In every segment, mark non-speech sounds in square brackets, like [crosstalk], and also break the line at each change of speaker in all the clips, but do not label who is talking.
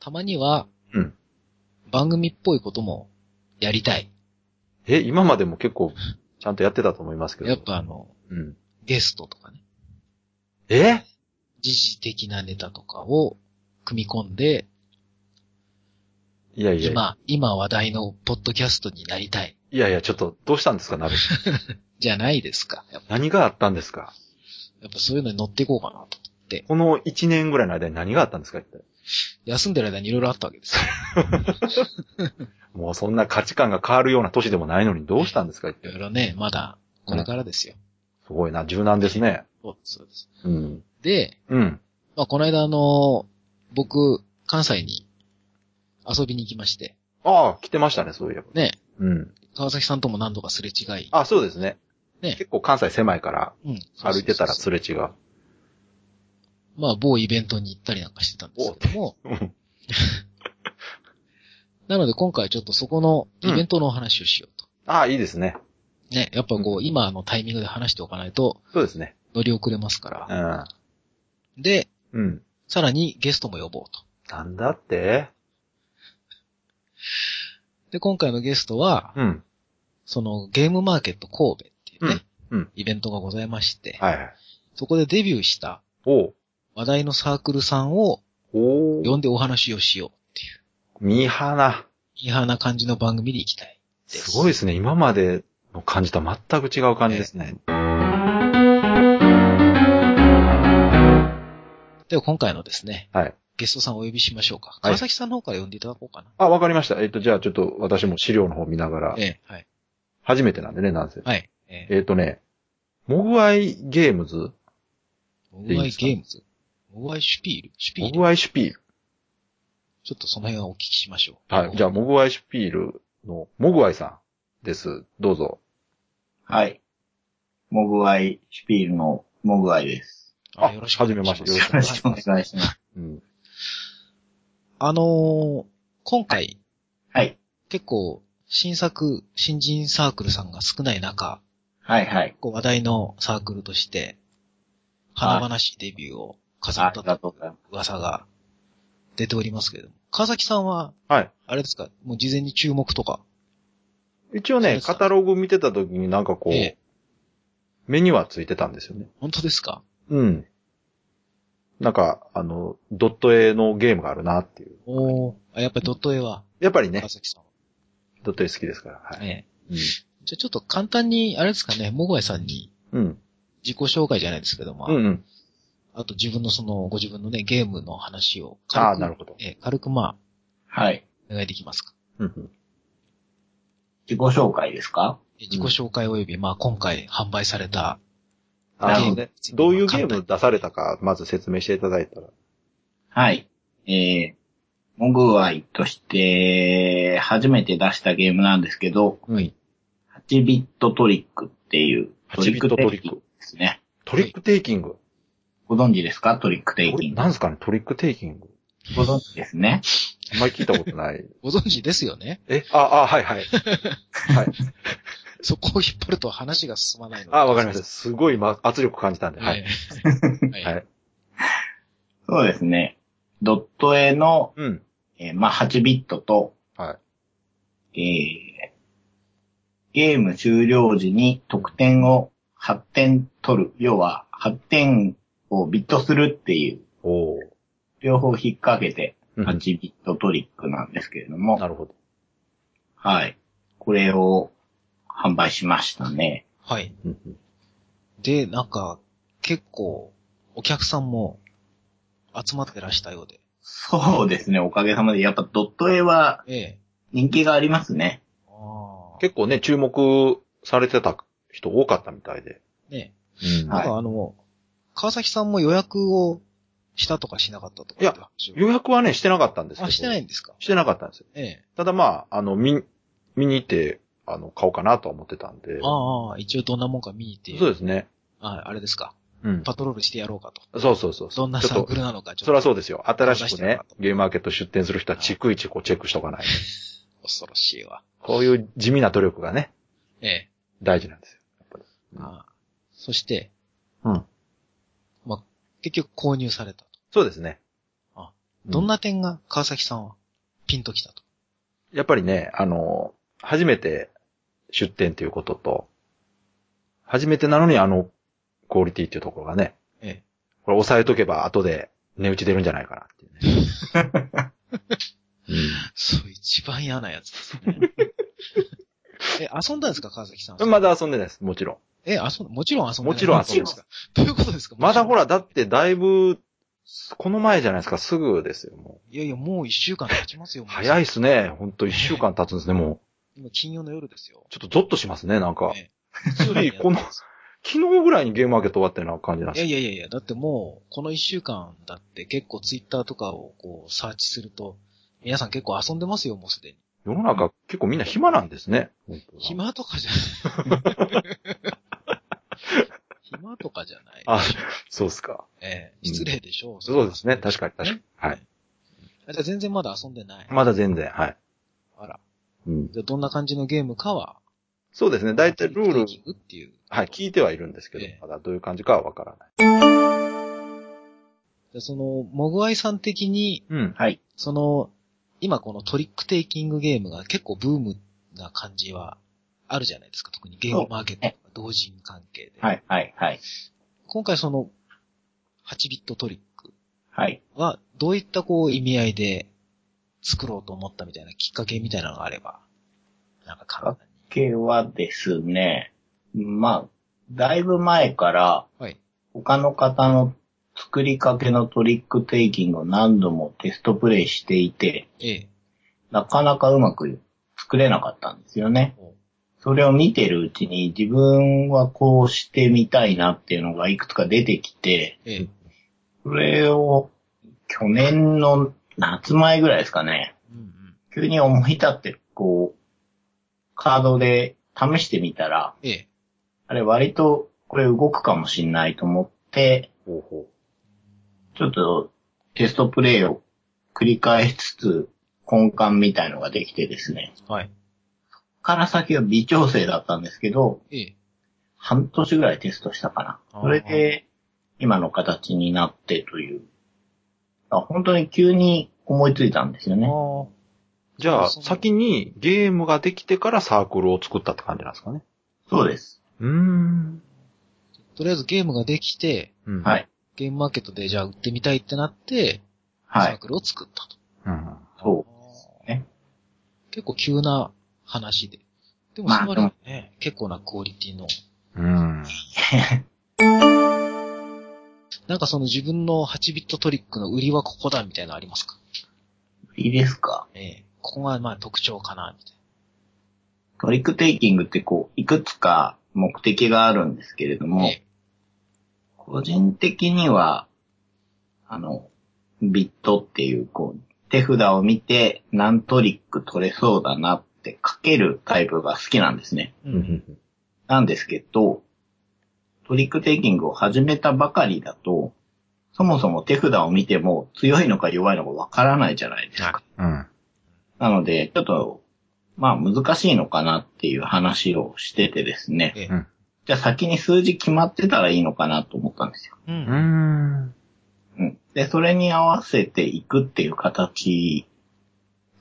たまには、
うん
番組っぽいこともやりたい。
え、今までも結構、ちゃんとやってたと思いますけど。
やっぱあの、
うん。
ゲストとかね、
え
時事的なネタとかを組み込んで、
いやいや。
今、今話題のポッドキャストになりたい。
いやいや、ちょっと、どうしたんですか、なべ。
じゃないですか。やっぱ
[laughs] 何があったんですか
やっぱそういうのに乗っていこうかなと。
この1年ぐらいの間に何があったんですか、一体。
休んでる間にいろいろあったわけ
[laughs]
ですよ。
もうそんな価値観が変わるような年でもないのにどうしたんですか、一
いろ
体。
いろね、まだ、これからですよ。
すごいな、柔軟ですね。
そうですそうです。
うん。
で、
うん。
まあ、この間あの、僕、関西に遊びに行きまして、
ああ、来てましたね、そういえば。
ね、
うん。
川崎さんとも何度かすれ違い。
あ、そうですね。
ね
結構関西狭いから、
うん、
歩
そ
いてたら
うそうそう
すれ違う。
まあ、某イベントに行ったりなんかしてたんですけども、
うん
なので今回ちょっとそこのイベントのお話をしようと。
ああ、いいですね。
ね、やっぱこ
う
う、今のタイミングで話しておかないと
そうですね。
乗り遅れますか
う
ら。
ん。
で、
うん。
さらにゲストも呼ぼうと。
なんだって
で、今回のゲストは、
うん。
そのゲームマーケット神戸っていうね、
うんうん
イベントがございまして、
はいはい。
そこでデビューした
おう。
話題のサークルさんを
お
呼んでお話をしようっていう、
ミーハーな。
ミーハーな感じの番組で行きたいです。
すごいですね。今までの感じとは全く違う感じですね。
では今回のですね、
はい。
ゲストさんをお呼びしましょうか。川崎さんの方から呼んでいただこうかな。
あ、わかりました。えっ、と、じゃあちょっと私も資料の方見ながら、
ええ、はい。
初めてなんでね、なんせ。
はい。ええ、
えっ、とね、モグワイゲームズ
モグワイゲームズ。モグワイシュピールシュピ
モ
ー
グ
ル
ワイシュピール。
ちょっとその辺はお聞きしましょう。
はい。じゃあ、モグワイシュピールのモグワイさんです。どうぞ。
はい。モグワイ、シュピールのモグワイです。
あ
あ
よろしくお願いします。
は
よ
じ
ろしくお願いします。
うん。
あのー今回、
はい。
結構、新作、新人サークルさんが少ない中、
はいはい。
こう話題のサークルとして、華々しいデビューを飾
あ
った
りがと
と
うございます。
噂が出ておりますけれども、川崎さんは、
はい。
あれですか、もう事前に注目とか、
一応
そう
ね
で、すか
カタログ見てた時になんかこう、
ええ
目にはついてたんですよね。
本当ですか
うん。なんか、あの、ドット絵のゲームがあるなっていう。
おーあやっぱりドット絵は、
やっぱりね
川、崎さんは。
ドット絵好きですから。はい。
ええじゃあちょっと簡単に、あれですかね、もぐわいさんに
うん。うん。
自己紹介じゃないですけども、
うんうん。
あと自分のその、ご自分のね、ゲームの話を軽く、
ああ、なるほど。
ええ軽くまあ、
はい。
お願いできますか。
うんうん。
自己紹介ですか
え自己紹介及び、まあ今回販売された、
あの
ゲ
ね、どういうゲーム出されたか、まず説明していただいたら。
はい。えー、モグワイとして、初めて出したゲームなんですけど、
はい。
8ビットトリックっていう、ト
8
リ
ビッ
ック
ト
テ
ト
イ
リ
キ
ッ
ング
ク。
ですね。
トリックテイキング。
ご存知ですかトリックテイ
こ
キ
れ
ング。
なんすかね、トリックテイキング。
ご存知ですね。
あんまり聞いたこと [laughs] ない。
ご存知ですよね
えあ、あ、はい [laughs] はい。はい。
そこを引っ張ると話が進まないので。
あ、わかりました。すごい、ま、圧力感じたんで。はい。
ええ。はい。
はい。
そうですね。ドット絵の、
うん。
えーまあ、8ビットと、
はい。
えーゲーム終了時に得点を8点取る。要は、8点をビットするっていう、
おー。
両方引っ掛けて
うん
8ビットトリックなんですけれども、
なるほど。
はい。これを販売しましたね。
はい。
うんうん
で、なんか、結構、お客さんも集まってらしたようで。
そうですね、おかげさまで。やっぱドット絵は
ええ。
人気がありますね。
ああ。
結構ね、注目されてた人多かったみたいで。
ね
うん
なんかあの、川崎さんも予約をしたとかしなかったとかって話を。
予約はね、してなかったんですけど。
あ、してないいんですか
してなかったんですよ。
ええ。
ただまあ、あの、見、見に行って、あの、買おうかなとは思ってたんで。
ああ、一応どんなもんか見に行って。
そうですね。
ああれですか。
うん。
パトロールしてやろうかと。
そうそうそう。
どんな
ち
サ
ょ
ー
っと
クルなのか、ちょ
そり
っ
ゃそうですよ。新しく
出
ね
してなかっ、た
ゲームマーケット出店する人は、逐一こうチェックしとかない。
と恐ろしいわ。
こういう地味な努力がね、
ええ。
大事なんですよ。うん
ああそして、
うん
まあ、結局購入されたと。
そうですね。
あどんな点が川崎さんはピンときたと。
やっぱりね、あの、初めて出店ということと、初めてなのにあの、クオリティっていうところがね、
え
これ押さえとけば後で値打ち出るんじゃないかなっていうね。
[laughs] え。そう、一番嫌なやつです
[laughs]
ね。え、遊んだんですか川崎さん。
うんまだ遊んでないです、もちろん。
え、遊んもちろん遊んでない
もちろん遊んでま
ですすか。どういうことですか
まだほ。ら、だってだいぶ、この前じゃないですか、すぐですよ、もう。
いやいや、もう一週間経ちますよ。もう
早いっすね。ほんと一週間経つんですね、も
今、金曜の夜ですよ
う。。ちょっとゾッとしますね、なんか。
え
普通にこの、昨日ぐらいにゲームマーケット終わったような感じなん
い
で
や
すよ
いやいやいや、だってもう、この一週間だって結構ツイッターとかをこう、サーチすると、皆さん結構遊んでますよ、もうすでに。
世の中結構みんな暇なんですね。本当だ
暇とかじゃ
[laughs]
ない。暇とかじゃない。
あ、そうっすか。
ええ失礼でしょう。
そうですね、確かに確かに。はい。
あじゃあ全然まだ遊んでない。
まだ全然、はい。
あら。
うん。
じゃあどんな感じのゲームかは。
そうですね、大体ルール
テイキン、グっていう。
はい、聞いてはいるんですけど
ええ、
まだどういう感じかはわからない。
じゃあその、モグワイさん的に、
うん。
はい。
その、今このトリックテイキングゲームが結構ブームな感じはあるじゃないですか。特にゲームマーケットとか同人関係で。
はい、はい、はい。
今回その、8ビットトリック
はい。
は、どういったこう意味合いで作ろうと思ったみたいなきっかけみたいなのがあれば、なんか簡単に。
系はですね、まあ、だいぶ前から、
はい。
他の方の作りかけのトリックテイキングを何度もテストプレイしていて、
ええ。
なかなかうまく作れなかったんですよね。
お
それを見てるうちに自分はこうしてみたいなっていうのがいくつか出てきて、
ええ。
それを去年の夏前ぐらいですかね、
うんうん。
急に思い立ってこう、カードで試してみたら、
ええ。
あれ割とこれ動くかもしんないと思って、
ほうほ
ちょっとテストプレイを繰り返しつつ、根幹みたいのができてですね。
はい。
そっから先は微調整だったんですけど、
ええ。
半年ぐらいテストしたか
あ
な。
ー
それで、今の形になってという。あ本当に急に思いついたんですよね。
あ
う。じゃあ、
そう
先にゲームができてからサークルを作ったって感じなんですかね。
そうです。
うーん。
あ。とりあえずゲームができて、
うん
はい。。
ゲームマーケットでじゃあ売ってみたいってなって、
は
サー
い。
クルを作ったと。
うん。
そううね
結構急な話で。でも
まあ
その割にはね、結構なクオリティの。
うん。
なんかその自分の8ビットトリックの売りはここだみたいなのありますか
[laughs] いいですか
ええここがまあ特徴かな、みたい
トリックテイキングってこう、いくつか目的があるんですけれど
な。
も、
え
個人的には、あの、ビットっていう、こう、手札を見て何トリック取れそうだなって書けるタイプが好きなんですね。
えう。
うんん
なんですけど、トリックテイキングを始めたばかりだと、そもそも手札を見ても強いのか弱いのかわからないじゃないですか。
うん。
なので、ちょっと、まあ難しいのかなっていう話をしててですね。
ええ
うん
じゃあ先に数字決まってたらいいのかなと思ったんですよ。
う。
うんん。
うん。で、それに合わせていくっていう形。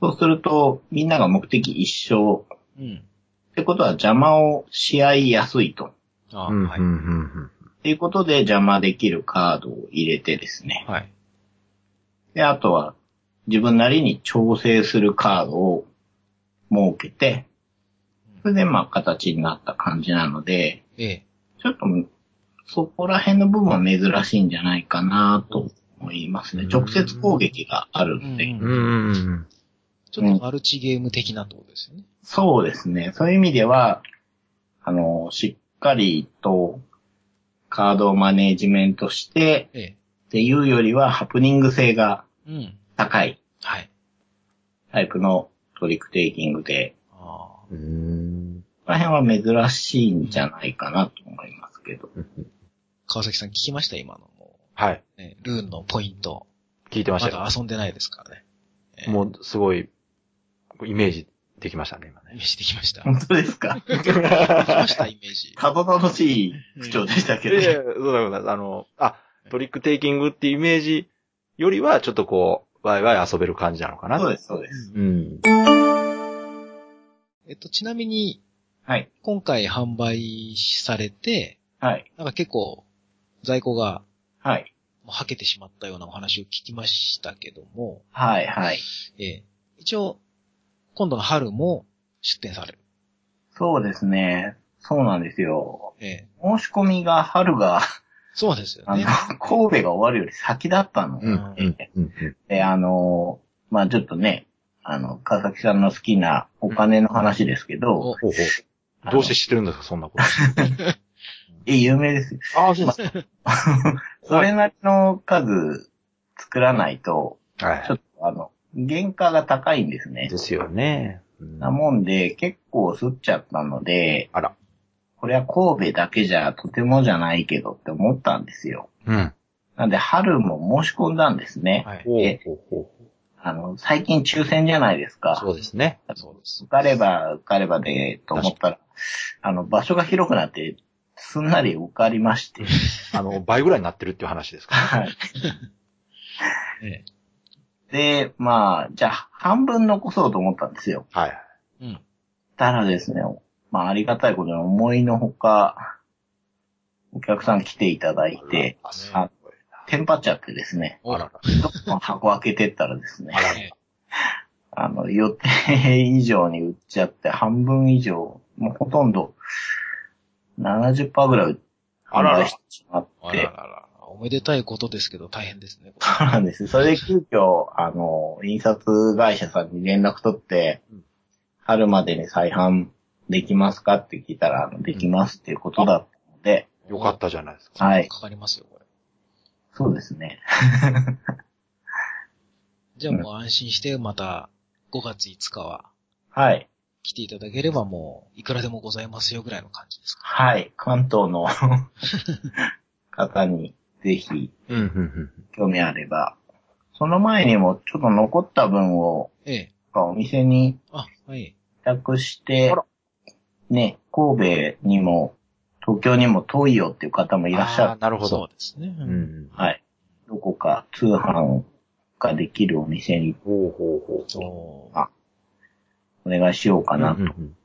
そうすると、みんなが目的一緒。
うん。
ってことは邪魔をし合いやすいと。
ああ、
うん
はい。
うんうん
っていうことで邪魔できるカードを入れてですね。
はい。
で、あとは自分なりに調整するカードを設けて、それでまあ形になった感じなので、
ええ
ちょっとそこら辺の部分は珍しいんじゃないかなと思いますね。直接攻撃があるので。
うん
うんうんうん
ちょっとマルチゲーム的なとこですよね。
そうですね。そういう意味では、あの、しっかりとカードをマネージメントして
ええ
っていうよりはハプニング性が
うん。
高い
はい。
タイプのトリックテイキングで、
ああ。
うん。
この辺は珍しいんじゃないかなと思いますけど。
川崎さん聞きました今のも
はい。
う、ね。ルーンのポイント。
聞いてま
ま
した
だ
よ。
遊んでないですからね。ええ
もう、すごい、イメージできましたね、今
イメ
ね。
ージできました。で
本当です
[laughs]
か
きました、イメージ。
たど楽しい口調でした
い
け
やいや
ど。
そうだそうだ。あの、あ、トリックテイキングっていうイメージよりは、ちょっとこう、ワイワイ遊べる感じなのかな。
そうです、そうです。
うん。
えっと、ちなみに、
はい。
今回販売されて、
はい。
なんか結構、在庫が、
はい。
はけてしまったようなお話を聞きましたけども、
はい、はい。
ええ一応、今度の春も出展される。
そうですね。そうなんですよ。
ええ
申し込みが春が、
そうですよ
あの
ね。、
神戸が終わるより先だったの。
うん。うん。うん。うん
で、あの、まあちょっとね、あの、川崎さんの好きなお金の話ですけど、
お
ほうほ
あ
う。
の
どうして知ってるんですか、そんなこと。
え、有名ですよ。
ああ、そうですか。
それなりの数作らないと、
は
ちょっとあの、原価が高いんですね
い。で。すよね。うん
なもんで、結構吸っちゃったので、
あら。
これは神戸だけじゃとてもじゃないけどって思ったんですよ。
うん。
なんで、春も申し込んだんですね。
はい。
ほう
え
ほうほう
あの、最近抽選じゃないです
ほう。そ
か。
うですね。
そうです
受。かれば受かればで、と思ったら、あの、場所が広くなって、すんなり受かりまして。
あの、倍ぐらいになってるっていう話ですか
はい。
[laughs] え
で、まあ、じゃあ、半分残そうと思ったんですよ。
ら。はい。
えうん。
たらですね、まあ、ありがたいことに思いのほか、お客さん来ていただいて、
あ、すごい
テンパっちゃってですね、
な。あらら。
どんどん箱開けてったらですね
あ、らら
ええ
あの、予定以上に売っちゃって、半分以上、もうほとんど、70%ぐらい
あらら
してしまっ
あら
て、
らら。おめでたいことですけど、大変ですね。こ
そうなんです。それで急遽、あの、印刷会社さんに連絡取って、
うん
春までに再販できますかって聞いたら、あのできますっていうことだったので、
れ
よかったじゃないですか。
はい。
かかりますよ、これ。
そうですね。
じゃあもう安心して、また5月5日は
はい。
来ていただければもう、いくらでもございますよぐらいの感じですか。
はい。関東の [laughs] 方に、ぜひ、
うん、うん、うん。
興味あれば。その前にも、ちょっと残った分を、
ええ。
お店に
あ、はい。
委託して
あら、
ね、神戸にも、東京にも遠いよっていう方もいらっし
あ
ゃ
ー
る。
なるほ
そう
ど。
ですね。う。
うんん。
はい。どこか通販ができるお店に
ほうほうほう。
そう。
お願いしようかな
うんう
と
ん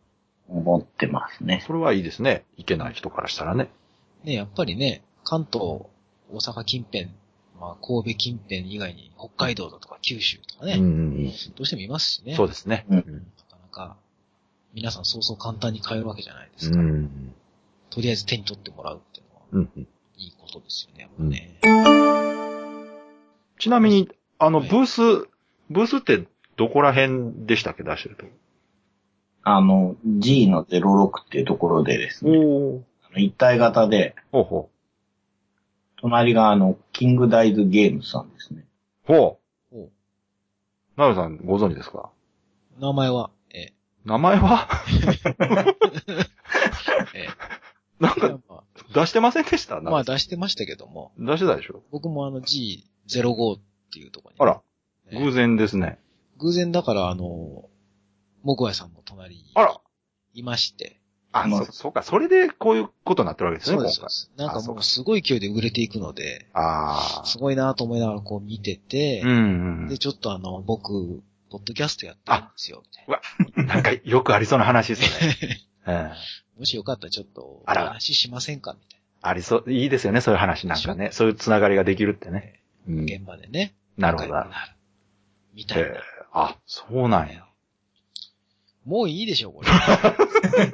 思ってますね。
それはいいですね。いけない人からしたらね。
ね、やっぱりね、関東、大阪近辺、まあ、神戸近辺以外に北海道だとか九州とか
う
ね、
んうん
どうしてもいますし
う
ね。
ん。そうですね。
うん
うん
なかなか、皆さんそうそう簡単に買えるわけじゃないです
う
か。
ん
とりあえず手に取ってもらうっていうのは、
うんうん。
いいことですよね、やっぱね。
ちなみに、あの、
は
ブ
い
ース、ブースってどこら辺でしたっけ出してると。
あの、G の06っていうところでですね、
お
あの一体型で、
ほうほ
隣があの、キングダイズゲームズさんですね。
う。ほ
おう
う。なるさんご存知ですか
名前は、え
名前は
え、
[laughs]
え
なん
え。
か
ま
出してませんでした
あ、
な
まあ
んか
出してましたけども、
出してたでしょ
僕もあの G05 っていうところに。
あら、
ええ
偶然ですね。
偶然だから、あの、木屋さんも隣に
あら
いまして。
あ、
まあ
そ、そうか。それでこういうことになってるわけですね、
そう
今
ですそう
回
で。す。なんか
あそ
も
う
う
か
すごい勢いで売れていくので、
ああ。
すごいなと思いながらこう見てて
う、んうん
で、。ちょっとあの、僕、ポッドキャストやってるんですよ、みたい
なんかよくありそうな話です
[laughs]
よね。
な。
うん
もしよかったらちょっと、お
あら
話ししませんかみたい
ありそう、いいですよね、そういう話なんかね。そういうつながりができるってね。うん。
な。現場でね。
なるほど。なるほど
みたい
えー
な。
あ、そうなんや。
もういいでしょ、これ。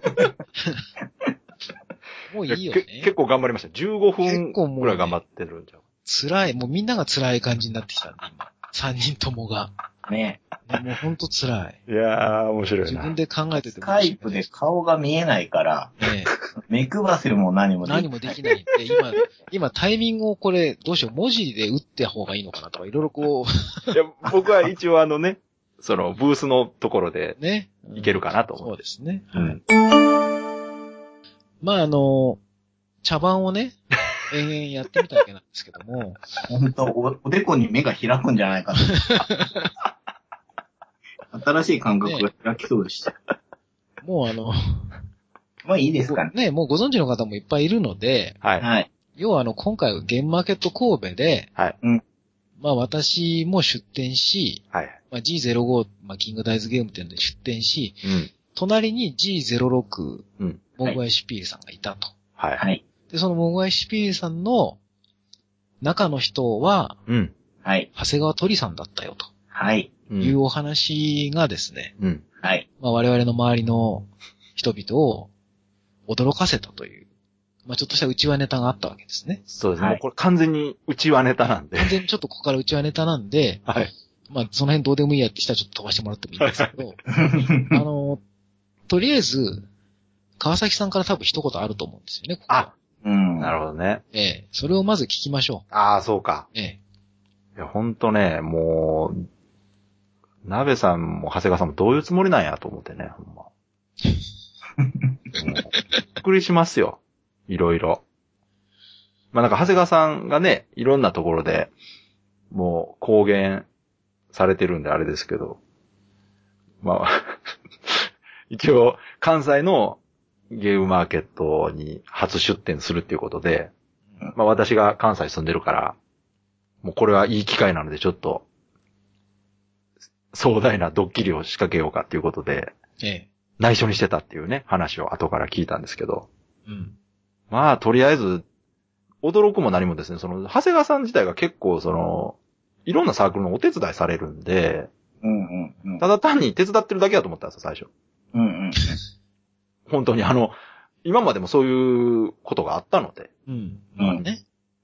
もういいよ
け結
ね。
構頑張りました。15
結構
分
もうね
ぐらい頑張ってるんじゃん。
辛い。もうみんなが辛い感じになってきたんで、今。3人ともが。
ね。
ねもうほんと辛い。
いやー、面白い
自
な
分。で考えてて
ス
も
カイプで顔が見えないから、
ね
目配せも何もでき
何もできないんで、
[laughs]
今、今タイミングをこれ、どうしよう、文字で打って方がいいのかなとか、いろいろこ
[laughs] いや、僕は一応あのね、 [laughs] その、ブースのところで
う、ね。うん
いけるかなと思
そう
う。
ですね。
うん。
まあ、あの、茶番を
[laughs]
ね、延々やってみたわけなんですけども、
本当お、おでこに目が開くんじゃな
[laughs]
いかと。新しい感覚が開きそうでした。
もうあの、
まあいいですかね。
ね、もうご存知の方もいっぱいいるので、
はい。
はい。
要はあの、今回はゲームマーケット神戸で、
はい
うん
まあ私も出店し、
はい。
まあ、G05、まあ、キングダイズゲームっていうので出店し、
うん。
隣に G06、
うん。
モグワイシュピールさんがいたと。
はい。
はい。
で、そのモグワイシュピールさんの中の人は、
うん。
はい。
長谷川鳥さんだったよと
はい。
うん
いうお話がですね、
うん。
はい。
まあ我々の周りの人々を驚かせたという、まあちょっとした内輪ネタがあったわけですね。
そうですね。
はい
もうこれ完全に内輪ネタなんで。
完全にちょっとここから内輪ネタなんで、
[laughs] はい。
まあその辺どうでもいいやって人はちょっと飛ばしてもらってもいいんですけど、あの、とりあえず、川崎さんから多分一言あると思うんですよね、ここは
あ
うん。
なるほどね。
ええ、それをまず聞きましょ
ああ、そうか。
う。え
いや、ほんとね、もう、鍋さんも長谷川さんもどういうつもりなんやと思ってね、ほんま。もうびっくりしますよ。いろいろ。まあなんか長谷川さんがね、いろんなところで、もう公言されてるんであれですけど、まあ、 [laughs] 一応関西のゲームマーケットに初出店するっていうことで、まあ私が関西住んでるから、もうこれはいい機会なのでちょっと、壮大なドッキリを仕掛けようかっていうことで、
え、ええ、
内緒にしてたっていうね、話を後から聞いたんですけど。
うん。
まあ、とりあえず、驚くも何もですね、その、長谷川さん自体が結構その、いろんなサークルのお手伝いされるんで、
うんうんうん。
ただ単に手伝ってるだけだと思ったんですよ、最初。
うんうん
本当にあの、今までもそういうことがあったので、
うん。
うん
まあね。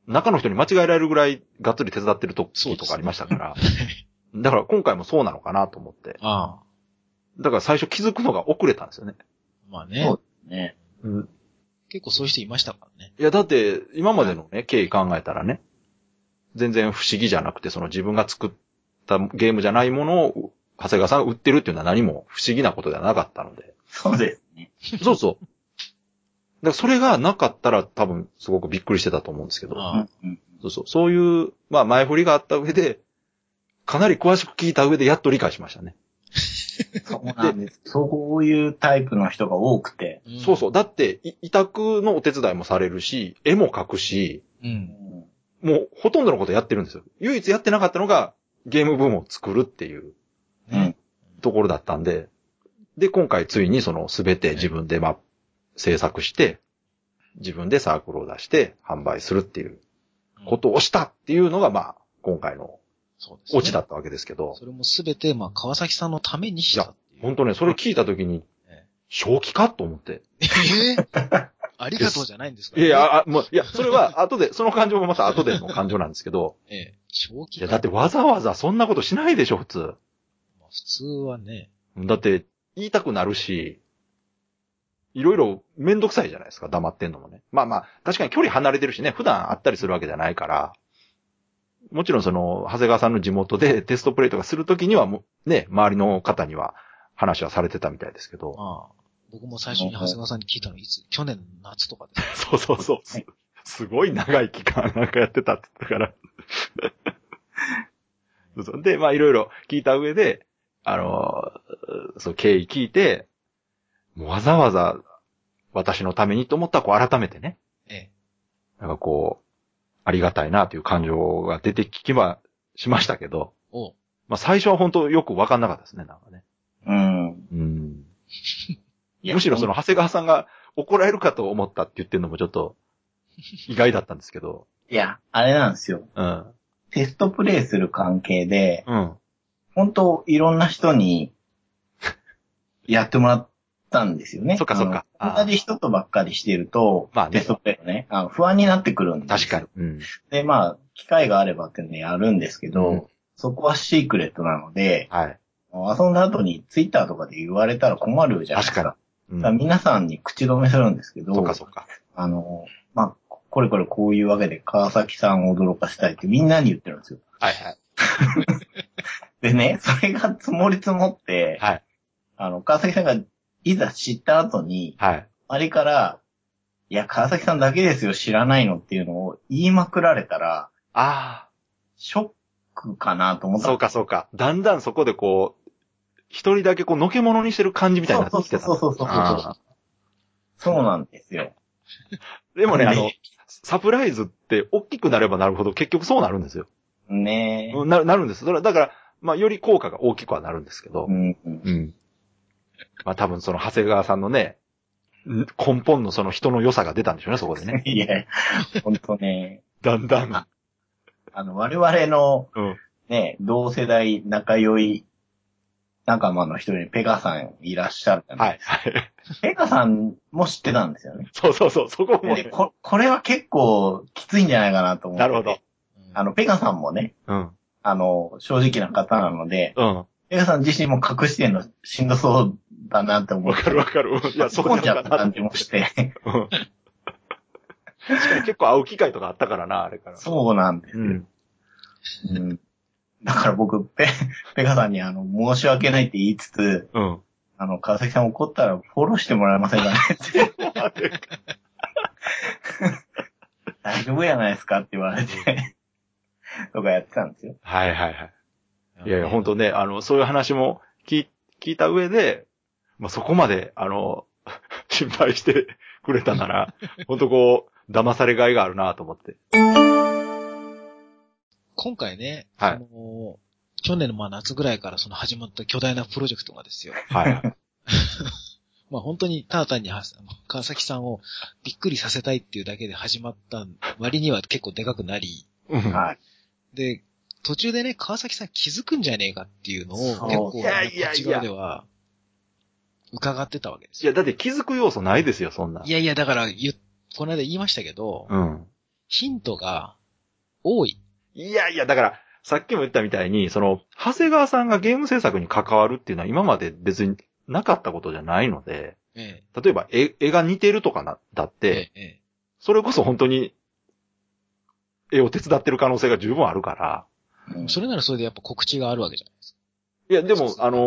中の人に間違えられるぐらいがっつり手伝ってる時とかありましたから、だから今回もそうなのかなと思って。
ああ。
だから最初気づくのが遅れたんですよね。
まあ
そ
ね
う。うん。ね。
うん。
結構そういう人いましたからね。
いや、だって、今までのね、経緯考えたらね、全然不思議じゃなくて、その自分が作ったゲームじゃないものを、長谷川さんが売ってるっていうのは何も不思議なことではなかったの
[laughs]
で。
そうですね。
そうそう。だからそれがなかったら多分すごくびっくりしてたと思うんですけど。
あ
う
あ
んうん。
そうそう。そういう、まあ前振りがあった上で、かなり詳しく聞いた上でやっと理解しましたね。
[laughs] そうなんです。そういうタイプの人が多くて。
ん
そうそう。だって、い委託のお手伝いもされるし、絵も描くし、
う。うん。
もうほとんどのことやってるんですよ。唯一やってなかったのがゲーム部門を作るっていう
うん。
ところだったんで、で、今回ついにそのすべて自分でまあ、制作して、自分でサークルを出して販売するっていうことをしたっていうのがまあ、今回の
そうですね
オチだったわけですけど、
それもすべて、まあ、川崎さんのためにしたっていう。
本当ね、それ聞いた時に
ええ、
正気かと思って。
ええ [laughs] ありがとうじゃないんですから
いや
ね
いや、あ、もう、いや、それは後で、その感情もまた後での感情なんですけど、
ええ。正
い
気
や、だってわざわざそんなことしないでしょ、普通。
まあ普通はね。
だって、言いたくなるし、いろいろめんどくさいじゃないですか、黙ってんのもね。まあまあ、確かに距離離れてるしね、普段会ったりするわけじゃないから、もちろんその、長谷川さんの地元でテストプレイとかするときにはもう、ね、周りの方には話はされてたみたいですけど。
ああ。僕も最初に長谷川さんに聞いたのいつ去年の夏とかです。
そうそうそう。すすごい長い期間なんかやってたって言ったから。そうそうで、まあいろいろ聞いた上で、あのー、そう、経緯聞いて、もうわざわざ私のためにと思ったらこう改めてね、
ええ。
なんかこう、ありがたいなという感情が出てきま、しましたけど、
おう
まあ最初は本当よくわかんなかったですね、なんかね。
うん。
うん。
いや
むしろその長谷川さんが怒られるかと思ったって言ってるのもちょっと意外だったんですけど、
いや、あれなんですよ。
うん。
テストプレイする関係で、
うん。
本当いろんな人にやってもらったんですよね。
そっかそっか
あの
あー
同じ人とばっかりしてると、
まあね
テストプレイがね、あの不安になってくるんです
確
よ
かに。。うん。
で、まあ、機会があればってね、やるんですけど、
うん
そこはシークレットなので、
はい。
遊んだ後にツイッターとかで言われたら困るじゃないですか。
確かう
だから
ん。
皆さんに口止めするんですけど、
そっかそっか。
あの、まあ、これこれこういうわけで川崎さんを驚かしたいってみんなに言ってるんですよ。
はいはい。
でね、それが積もり積もって、
はい。
あの、川崎さんがいざ知った後に、
はい。
あれから、いや、川崎さんだけですよ、知らないのっていうのを言いまくられたら、
あ
ショックかなと思
あ。
った。
そうかそうか。だんだんそこでこう、一人だけこう、のけものにしてる感じみたいになってきてた。
そうそうそうそうそう
あ
そうなんですよ。
ーでもね、あの
ね、
サプライズって大きくなればなるほど結局そうなるんですよ。
うね。
なる、なるんです。だから、だからまあ、より効果が大きくはなるんですけど
う、んうん
うん。まあ、多分その長谷川さんのね、根本のその人の良さが出たんでしょうね、そこでね。
いや、ほんとね。
だんだん。
あの、我々の
うん。
ね、同世代仲良い仲間の一人にペガさんいらっしゃるじゃない
はい、はい。
ペガさんも知ってたんですよね。
そうそうそう、そこも
で
ね。
ここれは結構きついんじゃないかなと思って。
なるほど。。
あの、ペガさんもね、
うん。
あの、正直な方なので、
うん。
ペガさん自身も隠してんのしんどそうだなって思
わ
って。
かるわかる。いや、そう
混んじ
な
ゃ
ん
っ
だ
た
な
感じもして。
うん確かに結構会う機会とかあったからな、あれから。
そうなんで
う
すよ。
ん。
うんだから僕、ペ、ペガさんにあの、申し訳ないって言いつつ、
うん。
あの、川崎さん怒ったらフォローしてもらえませんかねって。
[laughs]
大丈夫やないですかって言われて、とかやってたんですよ。
はいはいはい。
うん
いやいや、本当ね、あの、そういう話も聞い聞いた上で、まあ、そこまで、あの、 [laughs] 心配してくれたな [laughs] ら、本当こう、騙されがいがあるなと思って。
今回ね、
はい
その、去年のまあ夏ぐらいからその始まった巨大なプロジェクトがですよ。
はいはい。
まあ本当にただ単には川崎さんをびっくりさせたいっていうだけで始まった割には結構でかくなり、
うん
はい。
で、途中でね、川崎さん気づくんじゃねえかっていうのを結
そう
構、
いやいやいや
こっち側では伺ってたわけです
いや、
よ。
だって気づく要素ないですよ、そんな。
いやいや、だから言っ、この間言いましたけど、
うん。
ヒントが多い。
いやいや、だから、さっきも言ったみたいに、その、長谷川さんがゲーム制作に関わるっていうのは今まで別になかったことじゃないので、
え
例えば絵絵が似てるとかな、だっ
え
て、
ええ
それこそ本当に、絵を手伝ってる可能性が十分あるから、
うん
それならそれでやっぱ告知があるわけじゃないですか。
いや、で
そう
も、
そう
あの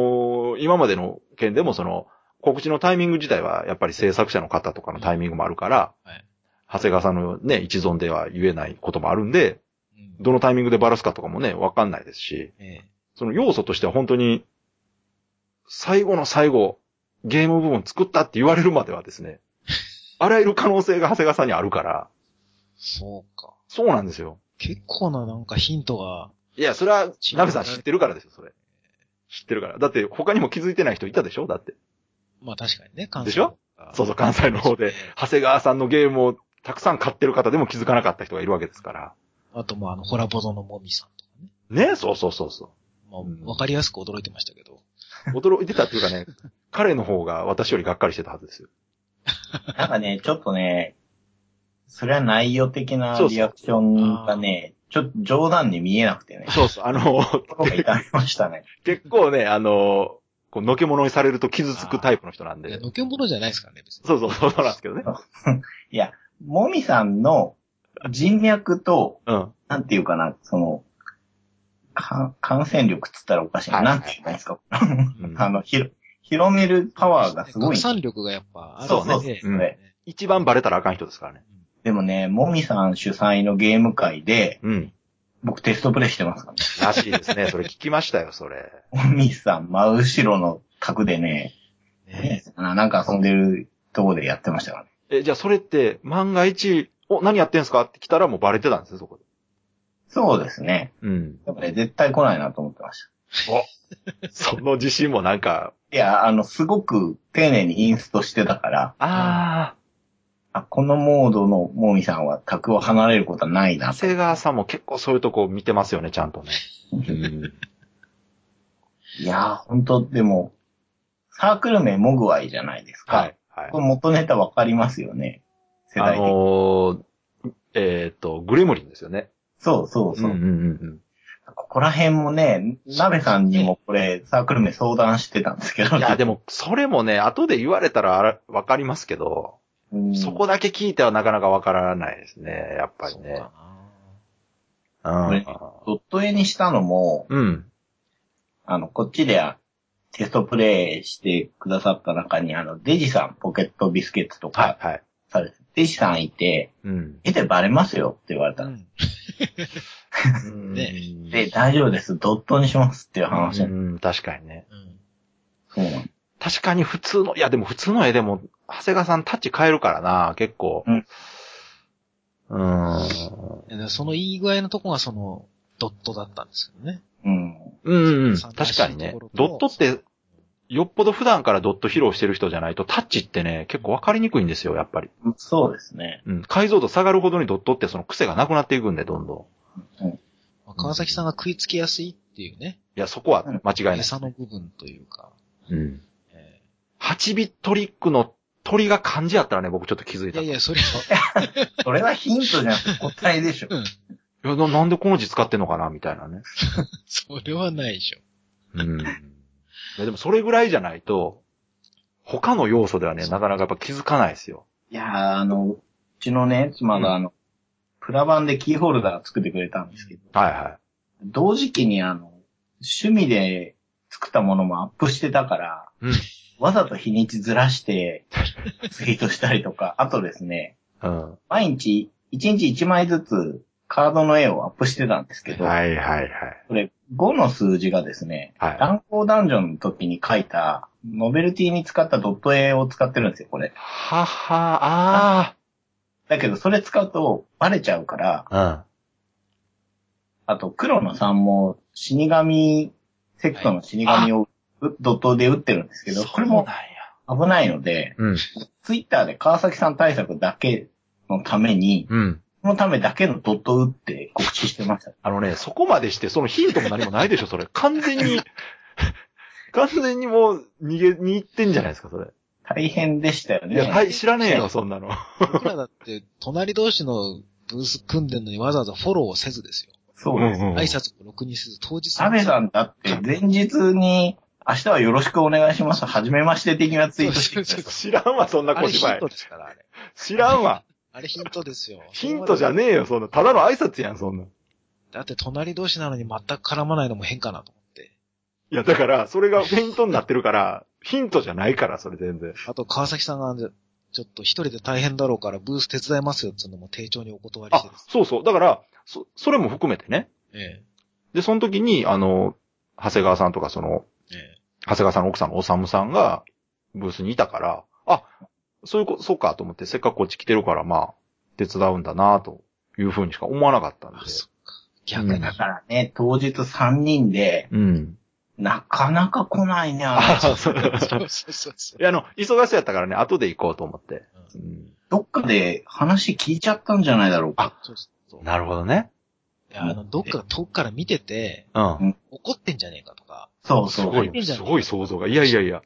ー今までの件でもその、告知のタイミング自体は、やっぱり制作者の方とかのタイミングもあるから、
はい
長谷川さんのね、一存では言えないこともあるんで、
うん
どのタイミングでバラすかとかもね、わかんないですし、
ええ
その要素としては本当に、最後の最後、ゲーム部分作ったって言われるまではで
[laughs]
すね、あらゆる可能性が長谷川さんにあるから、
そうか。
そうなんですよ。
結構ななんかヒントが、
いや、それは、
違う
ナベさん知ってるからですよ、それ。知ってるから。だって、他にも気づいてない人いたでしょだって。
まあ確かにね、関
でしょそうそう、関西の方で、長谷川さんのゲームをたくさん買ってる方でも気づかなかった人がいるわけですから。
あとまああの、ホラボドのもみさんとかね。
ねそうそうそうそ
まあ、
うん
わかりやすく驚いてましたけど。
う。驚いてたっていうか [laughs] ね、彼の方が私よりがっかりしてたはずですよ。
なんかね、ちょっとね、それは内容的なリアクションがね、ちょっと冗談に見えなくてね、
そうそう、あ [laughs] の、
心が痛みまし
[laughs]
たね。
結構ね、あの、こうのけものにされると傷つくタイプの人なん
いや、
で。
のけものじゃないですからね、別に。
そうそう、そうなんですけどね。
いや、もみさんの人脈と、
うん。
なんていうかな、その、か感染力っつったらおかしいな。
はいはいはい
なんて言うんですか。
うん
あの、ひろ広めるパワーがすごい
拡。散力がやっぱある
そ
の
う
で
そうそう。それ
一番バレたらあかん人ですからね。
でもね、もみさん主催のゲーム会で、
うん。
僕テストプレイしてますからね。
らしいですね。それ聞きましたよ、それ。
もみさん真後ろの卓でね、
ね
なんか遊んでるとこでやってましたからね。
え、じゃあそれって、万が一、お、何やってんすかって来たらもうバレてたんですよ、そこで。
そうですね。
うん。
でもね、絶対来ないなと思ってました。
[laughs] その自信もなんか、
いや、あの、すごく丁寧にインストしてたから、
あ
あ、このモードのもみさんは卓を離れることはない
あ、
な
長
と。
谷川さんも結構そういうとこ見てますよね、ちゃんとね。うん。
いやー、ほんと、でも、サークル名モグワイじゃないです
[laughs]
か。
はい。はい
こ。れ元ネタわかりますよね。世
あ
代的に。
のー、えっ、と、グレムリンですよね。
そうそうそう。
んうんうん。
ここら辺もね、鍋さんにもこれ、サークル名相談してたんですけど。
いや、でも、それもね、後で言われたらあらわかりますけど、
うん、
そこだけ聞いてはなかなかわからないですね、やっぱり
そう
ね
か。な
うん
ねドット絵にしたのも、
うん。
あの、こっちであテストプレイしてくださった中に、あの、デジさん、ポケットビスケッツと
は
か
い、はい。
されて、デジさんいて、
うん。
絵でバレますよって言われた
うんん。ね
で、
ね
大丈夫です、ドットにしますっていう話
う
なん
ん、確かにね。
うん。
そうなん
確かに普通の、いやでも普通の絵でも、長谷川さんタッチ変えるからな、結構。
うん
うーん。
いやだからそのいい具合のとこがその、ドットだったんですけどね。
うん。
うんうん。
参加
確
し
か
た
に
と
ね
ころ。と
ドットって、よっぽど普段からドット披露してる人じゃないと、タッチってね、結構わかりにくいんですよ、やっぱり。
そうですね。
うん。解像度下がるほどにドットってその癖がなくなっていくんで、どんどん。
まあ川崎さんが食いつきやすいっていうね、
いや、そこは間違いない。
餌の部分というか、
うん。
え
8ビットリックの鳥が漢字やったらね、僕ちょっと気づい
ーい
た。
やいや、それは、 [laughs]
それはヒントじゃなくて答えでしょ。
いやななんでこの字使ってんのかな、みたいなね。
それはないでしょ。
[laughs] うん。いや、でもそれぐらいじゃないと、他の要素ではね、なかなかやっぱ気づかないですよ。
[laughs] いやー、あの、うちのね、妻があの、プラ版でキーホルダー作ってくれたんですけど、
はいは
同時期にあの、趣味で作ったものもアップしてたから、
うん
わざと日にちずらして、ツイートしたりとか、あとですね、
い。うん。
毎日、1日1枚ずつカードの絵をアップしてたんですけど、
はいはいはい。
これ5の数字がですね、
はい。
乱行ダンジョンの時に書いた、ノベルティに使ったドット絵を使ってるんですよ、これ。
はっは、あ
だけど、それ使うとバレちゃうから、
あ。
あと、黒のさんも死神、セクトの死神をうドットで打ってるんですけ
うん。
ど、これも
そうなんや。
危ないので、
うん。
ツイッターで川崎さん対策だけのために、
うん。
そのためだけのドット打って告知してました。
あのね、そこまでして、そのヒントも何もないでしょ、 [laughs] それ。完全に、完全にもう、逃げ、に行ってんじゃないですか、それ。
大変でしたよ
い
ね。
や、はい、知らねえよ、そんなの。
僕らだって、隣同士のブース組んでんのにわざわざフォローをせずですよ。
そうです。
うんうん
挨拶もろくにせず、当日
サメさ
ん
んだって前日に、明日はよろしくお願いします。はじめまして的なツイートして
そうそうそう
[laughs] 知らんわ、そんな
あ
小
れヒ
芝
ン
居
ト。ですから、あれ。
知らんわ。
[laughs] あれヒントですよ。
ヒントじゃねえよ、そんな。ただの挨拶やん、そんな。い
だって隣同士なのに全く絡まないのも変かなと思って。
や、だから、それがフェイントになってるから、ヒントじゃないから、それ全然。
あと、川崎さんが、ちょっと一人で大変だろうから、ブース手伝いますよっていうのも丁重にお断りして
あ
です。、
そうそう。だから、そ、それも含めてね。
え
で、その時に、あの、長谷川さんとか、その、
え。え
長谷川さんの奥さんのおさむさんが、ブースにいたから、あ、そういうこと、そうかと思って、せっかくこっち来てるから、まあ、手伝うんだなというふうにしか思わなかったん
え。
で
あ、。そっか。逆に。
うん
だから [laughs] ね、当日3人で、
うん。
なかなか来ないね、あれ
あ、そ
[laughs]
う。
そうそうそうそう
い。や、あの、忙しそうやったからね、後で行こうと思って。うん
どっかで話聞いちゃったんじゃないだろうか。
そうそうそう。い
なるほどね。
や、あの、どっか遠くから見てて、
うん。
怒ってんじゃねえかとか。
そう
す
そう。
ご
入ってん
い、
じゃん
すごい想像が。いやいやい [laughs] や。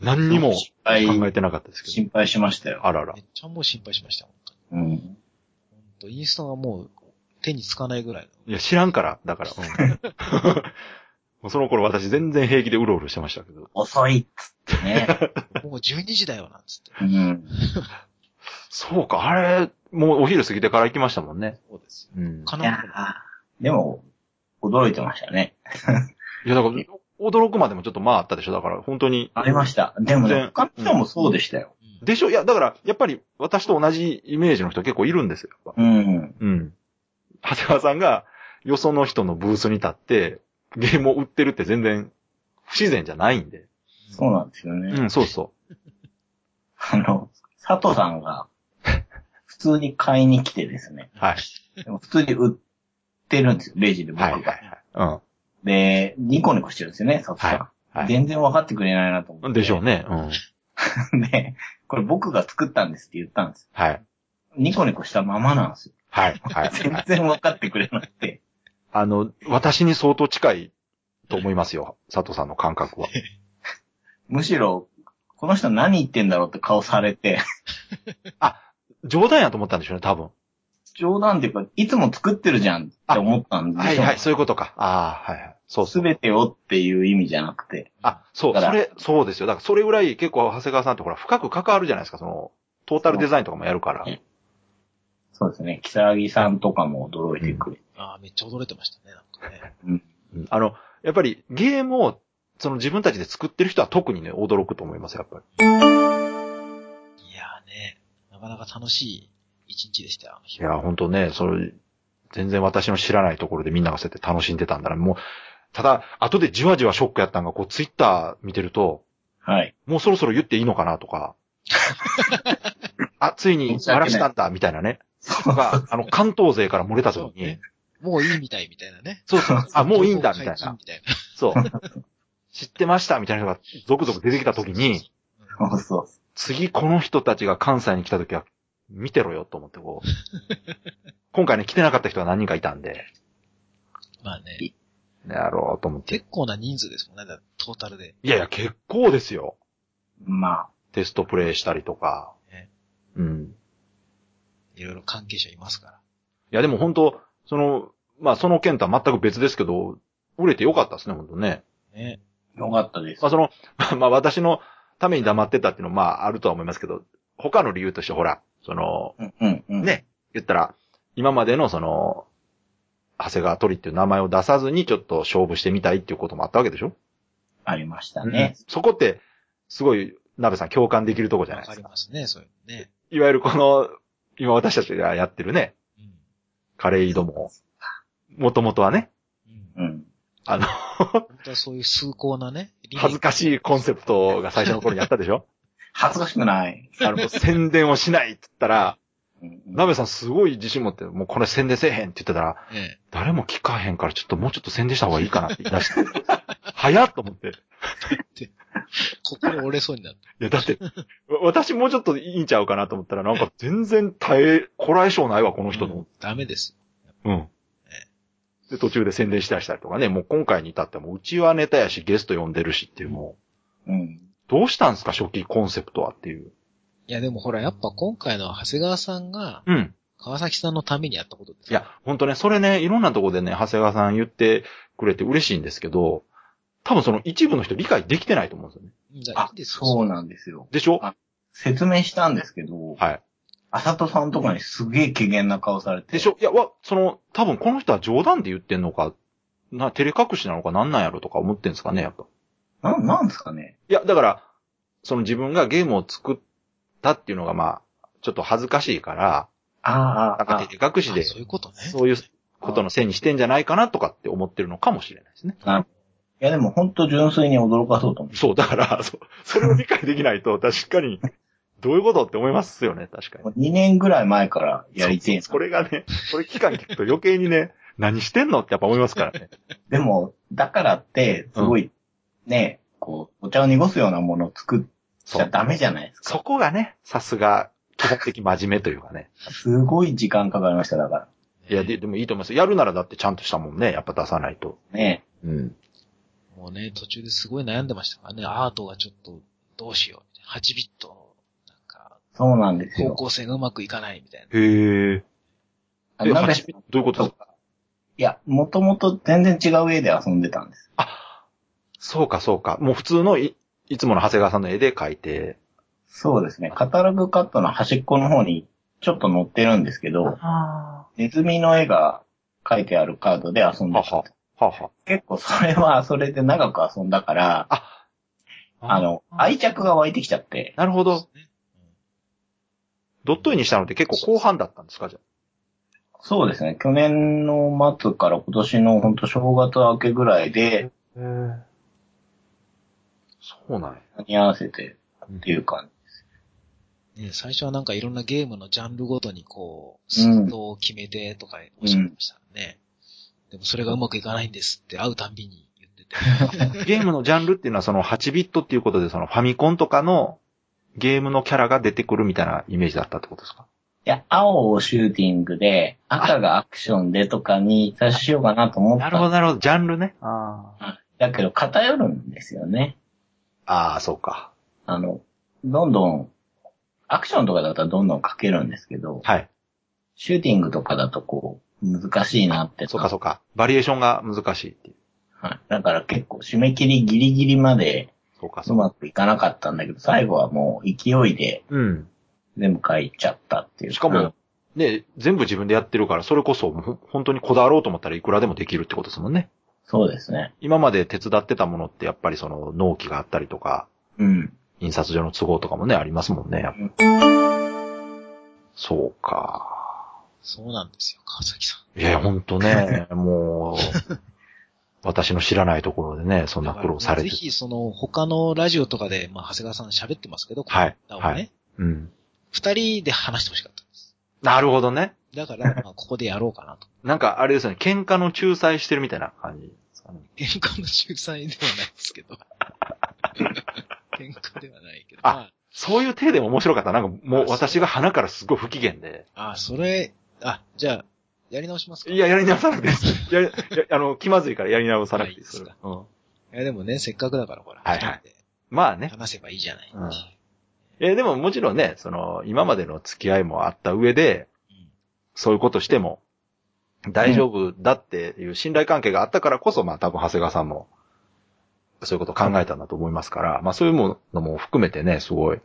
何にも
心
考
配、
えてなかったですけど。
心配しましたよ。
あらら
め。っちゃもう心配しました、本当に。
うん。
本当インスタがもう手につかないぐらい
いや、知らんから、だから。うんもうその頃私全然平気でうろうろしてましたけど。
遅いっつってね。
[laughs]
の。もう12時だよ、なんつって。
うん。
そうか、あれ、もうお昼過ぎてから行きましたもんね。
そうですよ。
うん。
か
いや
な
ーでも、驚いてましたね。
いや、だから、驚くまでもちょっとまああったでしょ。だから、本当に。
ありました。でも
全
ね
然、
他の人もそうでしたよ。
うん
でしょいや、だから、やっぱり私と同じイメージの人結構いるんですよ。やっぱ
うん。
うん。長谷川さんが、よその人のブースに立って、ゲームを売ってるって全然不自然じゃないんで。
そうなんですよね。
うん、そうそ
あの、佐藤さんが、普通に買いに来てですね。
う。はい。
でも普通に売ってるんですよ、レジで僕
はい、
が。
はい、はい。
で、ニコニコしてるんですよね、佐藤さん。
はい
全然分かってくれないなと思っ
う
て。
ん。でしょうね。うん。
[laughs] で、これ僕が作ったんですって言ったんです。
はい。
ニコニコしたままなんですよ。
はい、はい。
全
はい
然分かってくれなくて。
あの、私に相当近いと思いますよ。佐藤さんの感覚は。
むしろ、この人何言ってんだろうって顔されて、
冗談やと思ったんでしょうね、多分。
冗談っていうか、いつも作ってるじゃんって思ったんで
はい、
すよ。
はい、そういうことか。ああ、はい、はい。そうそ
す
う。
べてをっていう意味じゃなくて。
あ、そう、
だか
そ
ら
れ、そうですよ。だから、それぐらい結構、長谷川さんってほら、深く関わるじゃないですか、その、トータルデザインとかもやるから。
そうですね。木更木さんとかも驚いてくれて。
ああ、めっちゃ驚いてましたね、なんかね。
うんあの、やっぱりゲームを、その自分たちで作ってる人は特にね、驚くと思います、やっぱり。
いやーね、なかなか楽しい一日でしたよ、あの日
いや、ほんとね、それ、全然私の知らないところでみんながそうやって楽しんでたんだな。もう、ただ、後でじわじわショックやったんが、こう、ツイッター見てると、
はい。
もうそろそろ言っていいのかなとか、あ、ついに、
申し訳
荒
ない
らしたんだ、みたいなね。とか、あの、関東勢から漏れた時
そう
に
ね、もういいみたいみたいなね。
そうそう。あ、もういいんだ、みたい
解禁
な。
みたい
そう。知ってました、みたいな人が続々出てきた時に、
そうそう。
次この人たちが関西に来た時は、見てろよと思ってこう。今回ね、来てなかった人が何人かいたんで、
な。まあね。
やろうと思って。
結構な人数ですもんね、だってトータルで。
いやいや、結構ですよ。
ま
テストプレイしたりとか
ね。
うん。
いろいろ関係者いますから。
いや、でも本当その、まあその件とは全く別ですけど、売れてよかったですね、本当ね。
ね。
あ、よかったです
まあ。その、 [laughs] まあまあ私のために黙ってたっていうのはまああるとは思いますけど、他の理由としてほら、その、
うんうんうん。
ね、言ったら、今までのその、長谷川鳥っていう名前を出さずにちょっと勝負してみたいっていうこともあったわけでしょ
ありましたね。
そこって、すごい、鍋さん共感できるとこじゃな
わ
いで
か
す
り
か。
ますね、そういうのね。
いわゆるこの、今私たちがやってるね、
うん。
カレー井戸も、もともとはね、
うん
うん。
あの、
本当はそういう崇高なね、
恥ずかしいコンセプトが最初の頃にやったでしょ
恥ずかしくない。
あの、もう宣伝をしないって言ったら、
うんうん
鍋さんすごい自信持って、もうこれ宣伝せえへんって言ってたら、
い。ね
誰も聞かへんからちょっともうちょっと宣伝した方がいいかなって言い出して。 [laughs] 早っと思って。い
心折れそうになる。
や、だって、わ私もうちょっといいんちゃうかなと思ったら、なんか全然耐え、こらえ性ないわ、 [laughs] この人
う
の
ん。ダメですよ。
うん。で、途中で宣伝したりしたりとかね、もう今回に至っても、うちはネタやし、ゲスト呼んでるしっていう、も
うん。
う、どうしたんすか、初期コンセプトはっていう。
いやでもほら、やっぱ今回の長谷川さんが、
うん。
川崎さんのためにやったことです
いや、ほんとね、それね、いろんなとこでね、長谷川さん言ってくれて嬉しいんですけど、多分その一部の人理解できてないと思うんですよね。
うん、だからい
あ
い、ですよ。
そうなんですよ。
でしょ
あ説明したんですけど、
はい。
あさとさんとかにすげえ機嫌な顔されて。
でしょいや、わ、その、多分この人は冗談で言ってんのか、な、照れ隠しなのかなんなんやろとか思ってんですかね、やっぱ。
な、なんですかね。
いや、だから、その自分がゲームを作ったっていうのが、まあ、ちょっと恥ずかしいから、
ああ、
なん
あ
か
あ
照れ隠しで
あ、そういうことね。
そういうことのせいにしてんじゃないかなとかって思ってるのかもしれないですね。
いやでも本当純粋に驚かそうと思
そう、だから、そそれを理解できない
[laughs]
と、確かに、どういうことって思いますよね、確かに。
う。2年ぐらい前からやりてえな
そうそうこれがね、これ期間聞くと余計にね、何してんのってやっぱ思いますからね。
でも、だからって、すごい、ね、こう、お茶を濁すようなものを作っち
そ
ゃ
う。
ダ [laughs] メじゃないです
そ
か。
こがね、さすが、基本的真面目というかね。
すごい時間かかりました、だから。
いや、で、でもいいと思います。やるならだってちゃんとしたもんね、やっぱ出さないと。
ね。
うん。
もうね、途中ですごい悩んでましたからね、アートがちょっとどうしようみたいな。8ビットの、なんか、
そうなんです
方
よ。
向性がうまくいかないみたいな。
へえ。
あ
え
鍋
はちみどういうことです
かいや、もともと全然違う絵で遊んでたんです。
あ、そうかそうか。もう普通のい、いつもの長谷川さんの絵で描いて。
そうですね。カタログカットの端っこの方にちょっと載ってるんですけど、
あ
ネズミの絵が描いてあるカードで遊ん
は
で
は
た。。
はは。
結構それはそれで長く遊んだから、
あ、
あの、愛着が湧いてきちゃって、
なるほど。
ね
ドット絵にしたのって結構後半だったんですか、じゃ
そうですね。去年の末から今年の本当正月明けぐらいで、
あ。へそうなんや。
間に合わせてっていう感
ね最初はなんかいろんなゲームのジャンルごとにこう、
うん
スッを決めてとかおっしゃってましたね。でもそれがうまくいかないんですって会うたんびに言ってて。
[laughs] ゲームのジャンルっていうのはその8ビットっていうことでそのファミコンとかのゲームのキャラが出てくるみたいなイメージだったってことですか
じ。いや、青をシューティングで、赤がアクションでとかに差しようかなと思った。
なるほど、なるほど。ジャンルね。あ
だけど偏るんですよね。
あ。ああ、そうか。
あの、どんどん、アクションとかだったらどんどんかけるんですけど、
はい。
シューティングとかだとこう、難しいなって。
そうか、そうか。バリエーションが難しいっていう。
はい。だから結構締め切りギリギリまで
そうか、
う
そうか。
まくいかなかったんだけど、最後はもう勢いで
うん。
全部書いちゃったっていう。
しかも、ね、全部自分でやってるから、それこそもう本当にこだわろうと思ったらいくらでもできるってことですもんね。
そうですね。
今まで手伝ってたものってやっぱりその納期があったりとか、
うん。
印刷所の都合とかもね、ありますもんね。やっぱそうか。
そうなんですよ、川崎さん。
いや、ほん
[laughs]
とね、もう、私の知らないところでね、そんな苦労されて
ぜ。ひその他のラジオとかで、まあ長谷川さん喋ってますけど、
はい
この方を
は
ね、
うん。
二人で話してほしかったです。
なるほどね。
だから、まあ、ここでやろうかなと。
なんか、あれですよね、喧嘩の仲裁してるみたいな感じですかね。
喧嘩の仲裁ではないです
[laughs]
けど。喧嘩ではないけど。
あ
まあ、
そういう手でも面白かった。なんか、も
あそ
う
う
私が鼻からすごい不機嫌で。
あ、それ、あ、じゃあ、やり直しますか
いや、やり直さなくていい [laughs] です。やり、やあの、気まずいからやり直さなくていいです。
はいいいで
うん。
いや、でもね、せっかくだから、ほら。
はいはい
二人
まあ
で
ね。
話せばいいじゃない。
うんえ、でももちろんね、その、今までの付き合いもあった上で、そういうことしても、大丈夫だっていう信頼関係があったからこそ、まあ多分長谷川さんも、そういうことを考えたんだと思いますから、まあそういうものも含めてね、すごい、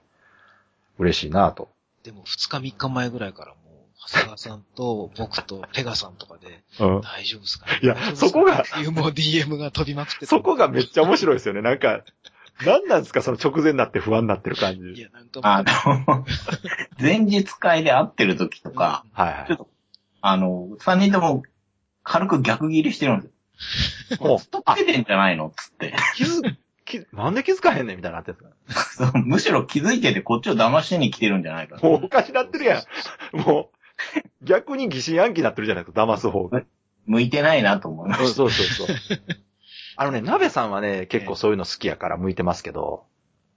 嬉しいなと。
でも、二日三日前ぐらいからもう、長谷川さんと僕とペガさんとかで、
うん。
大丈夫ですかね
いや
大丈夫っすかね
そこが
っていうもう DM が飛びまくってた
そこがめっちゃ面白いですよね。なんか、なんなんですかその直前になって不安になってる感
い
じ。
や、なんかもう
あの、 [laughs] 前日会で会ってる時とか、
はい
ちょっあの、三人とも軽く逆ギレしてるんです
はい。
よ。
も
ずっとつけてんじゃないのっつって。
う、
[laughs]
気づ、気、なんで気づかへんねんみたいになってるんですか
そうむしろ気づいててこっちを騙しに来てるんじゃないかと。
もうおかしなってるやん。もう、逆に疑心暗鬼になってるじゃないですか、騙す方が。
向いてないなと思いま
そう
し
そ
た。
うそうそう。あのね、鍋さんはね、結構そういうの好きやから向いてますけど、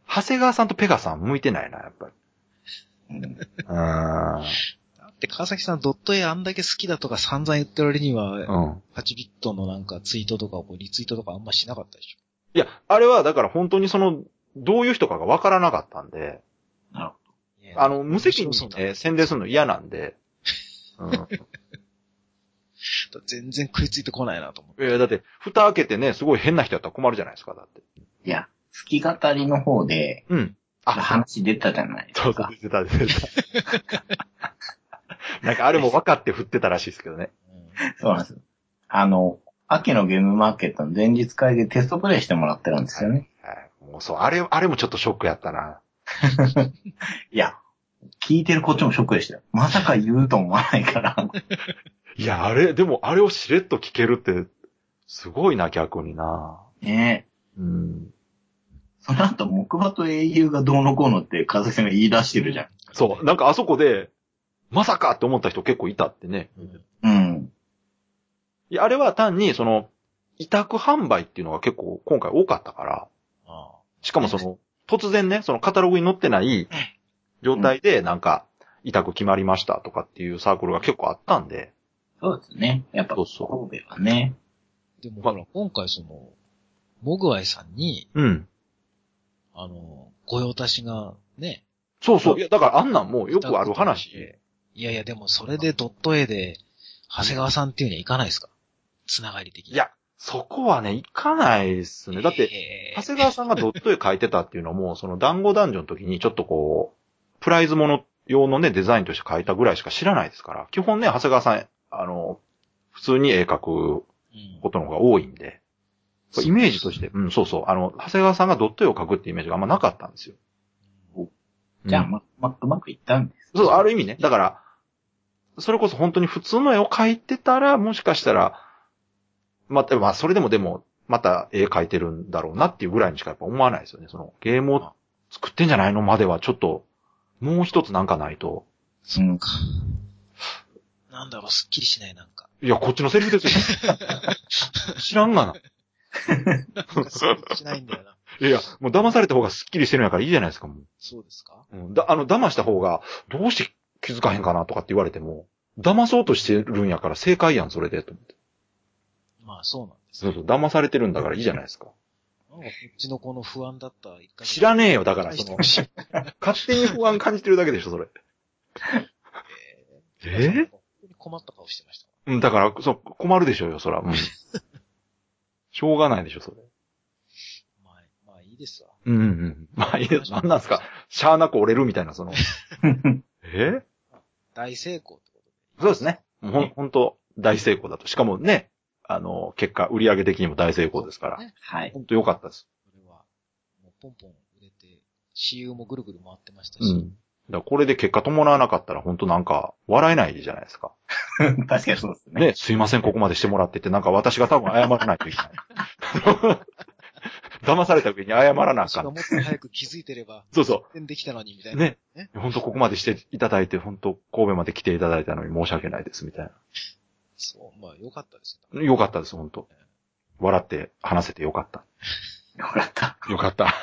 長谷川さんとペガさん向いてないな、やっぱり。
うん
うー
だって川崎さんドット絵あんだけ好きだとか散々言ってる割には、
ん。うん。
8ビットのなんかツイートとかをこうリツイートとかあんましなかったでしょ。
いや、あれはだから本当にその、どういう人かがわからなかったんで、あの、無責任
面白そう
に、
だ
えー宣伝するの嫌なん
[laughs]
で、うん。
全然食いついてこないなと思って。
いや、だって、蓋開けてね、すごい変な人やったら困るじゃないですか、だって。
いや、好き語りの方で
うん。あ、
話出たじゃないで
そ
す
うそう
か。、
出てた、出てた。なんかあれも分かって振ってたらしいですけどね。
そうなんですよ。あの、秋のゲームマーケットの前日会でテストプレイしてもらってるんですよね。
はい。もうそう、あれ、あれもちょっとショックやったな。
いや、聞いてるこっちもショックでしたよ。まさか言うと思わない
[laughs]
から。
いや、あれ、でもあれをしれっと聞けるって、すごいな、逆にな。
ねえ。
うん。
その後、木馬と英雄がどうのこうのって、和樹さんが言い出してるじゃ
そう、なんかあそこで、まさかって思った人結構いたってね。
うん。
ん。うん。
いや、あれは単に、その、委託販売っていうのが結構今回多かったから、
ああ
しかもその、突然ね、そのカタログに載ってない状態で、なんか、委託決まりましたとかっていうサークルが結構あったんで。
そうですね。やっぱ、
そう
神
そ
戸はね。
でも
ま
ほら、今回その、モグワイさんに、
うん。
あの、御用達がね、
そうそう。いや、だからあんなんもうよくある話。
いやいや、でもそれでドット絵で、長谷川さんっていうにはいかないですかつながり的に。
いや、そこはね、いかないですね。だって、
て
長谷川さんがドット絵描いてたっていうのも、その団子男女の時にちょっとこう、プライズもの用のね、デザインとして描いたぐらいしか知らないですから、基本ね、長谷川さん、あの、普通に絵描く
うん
ことの方が多いんで、イメージとして、うん、そうそう、あの、長谷川さんがドット絵を描くってイメージがあんまなかったんですよ。
じゃあ、
うん
ま、ま、うまくいったんです。
そう、ある意味ね。だから、それこそ本当に普通の絵を描いてたら、もしかしたら、また、まあ、それでもでも、また絵描いてるんだろうなっていうぐらいにしかやっぱ思わないですよね。その、ゲームを作ってんじゃないのまでは、ちょっと、もう一つなんかないと。
うん。
なんだろう、すっきりしないなん
[laughs]
か。
いや、こっちのセリフですよ。知らんがな。
なんかすっきりしないんだよな。
いやいや、もう騙された方がスッキリしてるんやからいいじゃないですか、もう。
そうですか
うん、だ、あの、騙した方が、どうして気づかへんかなとかって言われても、騙そうとしてるんやから正解やん、それで、と思って。
まあそうなんです
そう
よ。
そう、騙されてるんだからいいじゃないですか。
なんかこっちのこの不安だった一回
知らねえよ、だから、その、勝手に不安感じてるだけでしょ、それ。 [laughs] え
本当に困った顔してました。
うん、だから、そう、困るでしょうよ、そら。 [laughs] うん。しょうがないでしょ、それ。
まあ、まあいいですわ。
うん、うん、うん。まあ、いいです。なんなんすか。しゃーなく折れるみたいな、その。え
大成功ってこと
そうですね。もうほん、ほんと、大成功だと。しかもね、あの、結果、売上的にも大成功ですから。
ね
[laughs] はい。
ほんと良かったです。
で、それは、もうポンポン売れて、CU もぐるぐる回ってました
う
し、
ん。だからこれで結果伴わなかったら、ほんとなんか、笑えないじゃないですか。
確かにそうですね。
ね、すいません、ここまでしてもらってて、なんか私が多分謝らないといけない。 [laughs] 騙された上に謝らなあ
私
か
が
ん。
もっと早く気づいてれば、
そうそ。
できたのに、みたいうな。
ね。本当ここまでしていただいて、本当神戸まで来ていただいたのに申し訳ないです、みたい
そう、まあ、よかったですよ。
な。よかったです、本当笑って話せてよかった。
よかった。
よかった。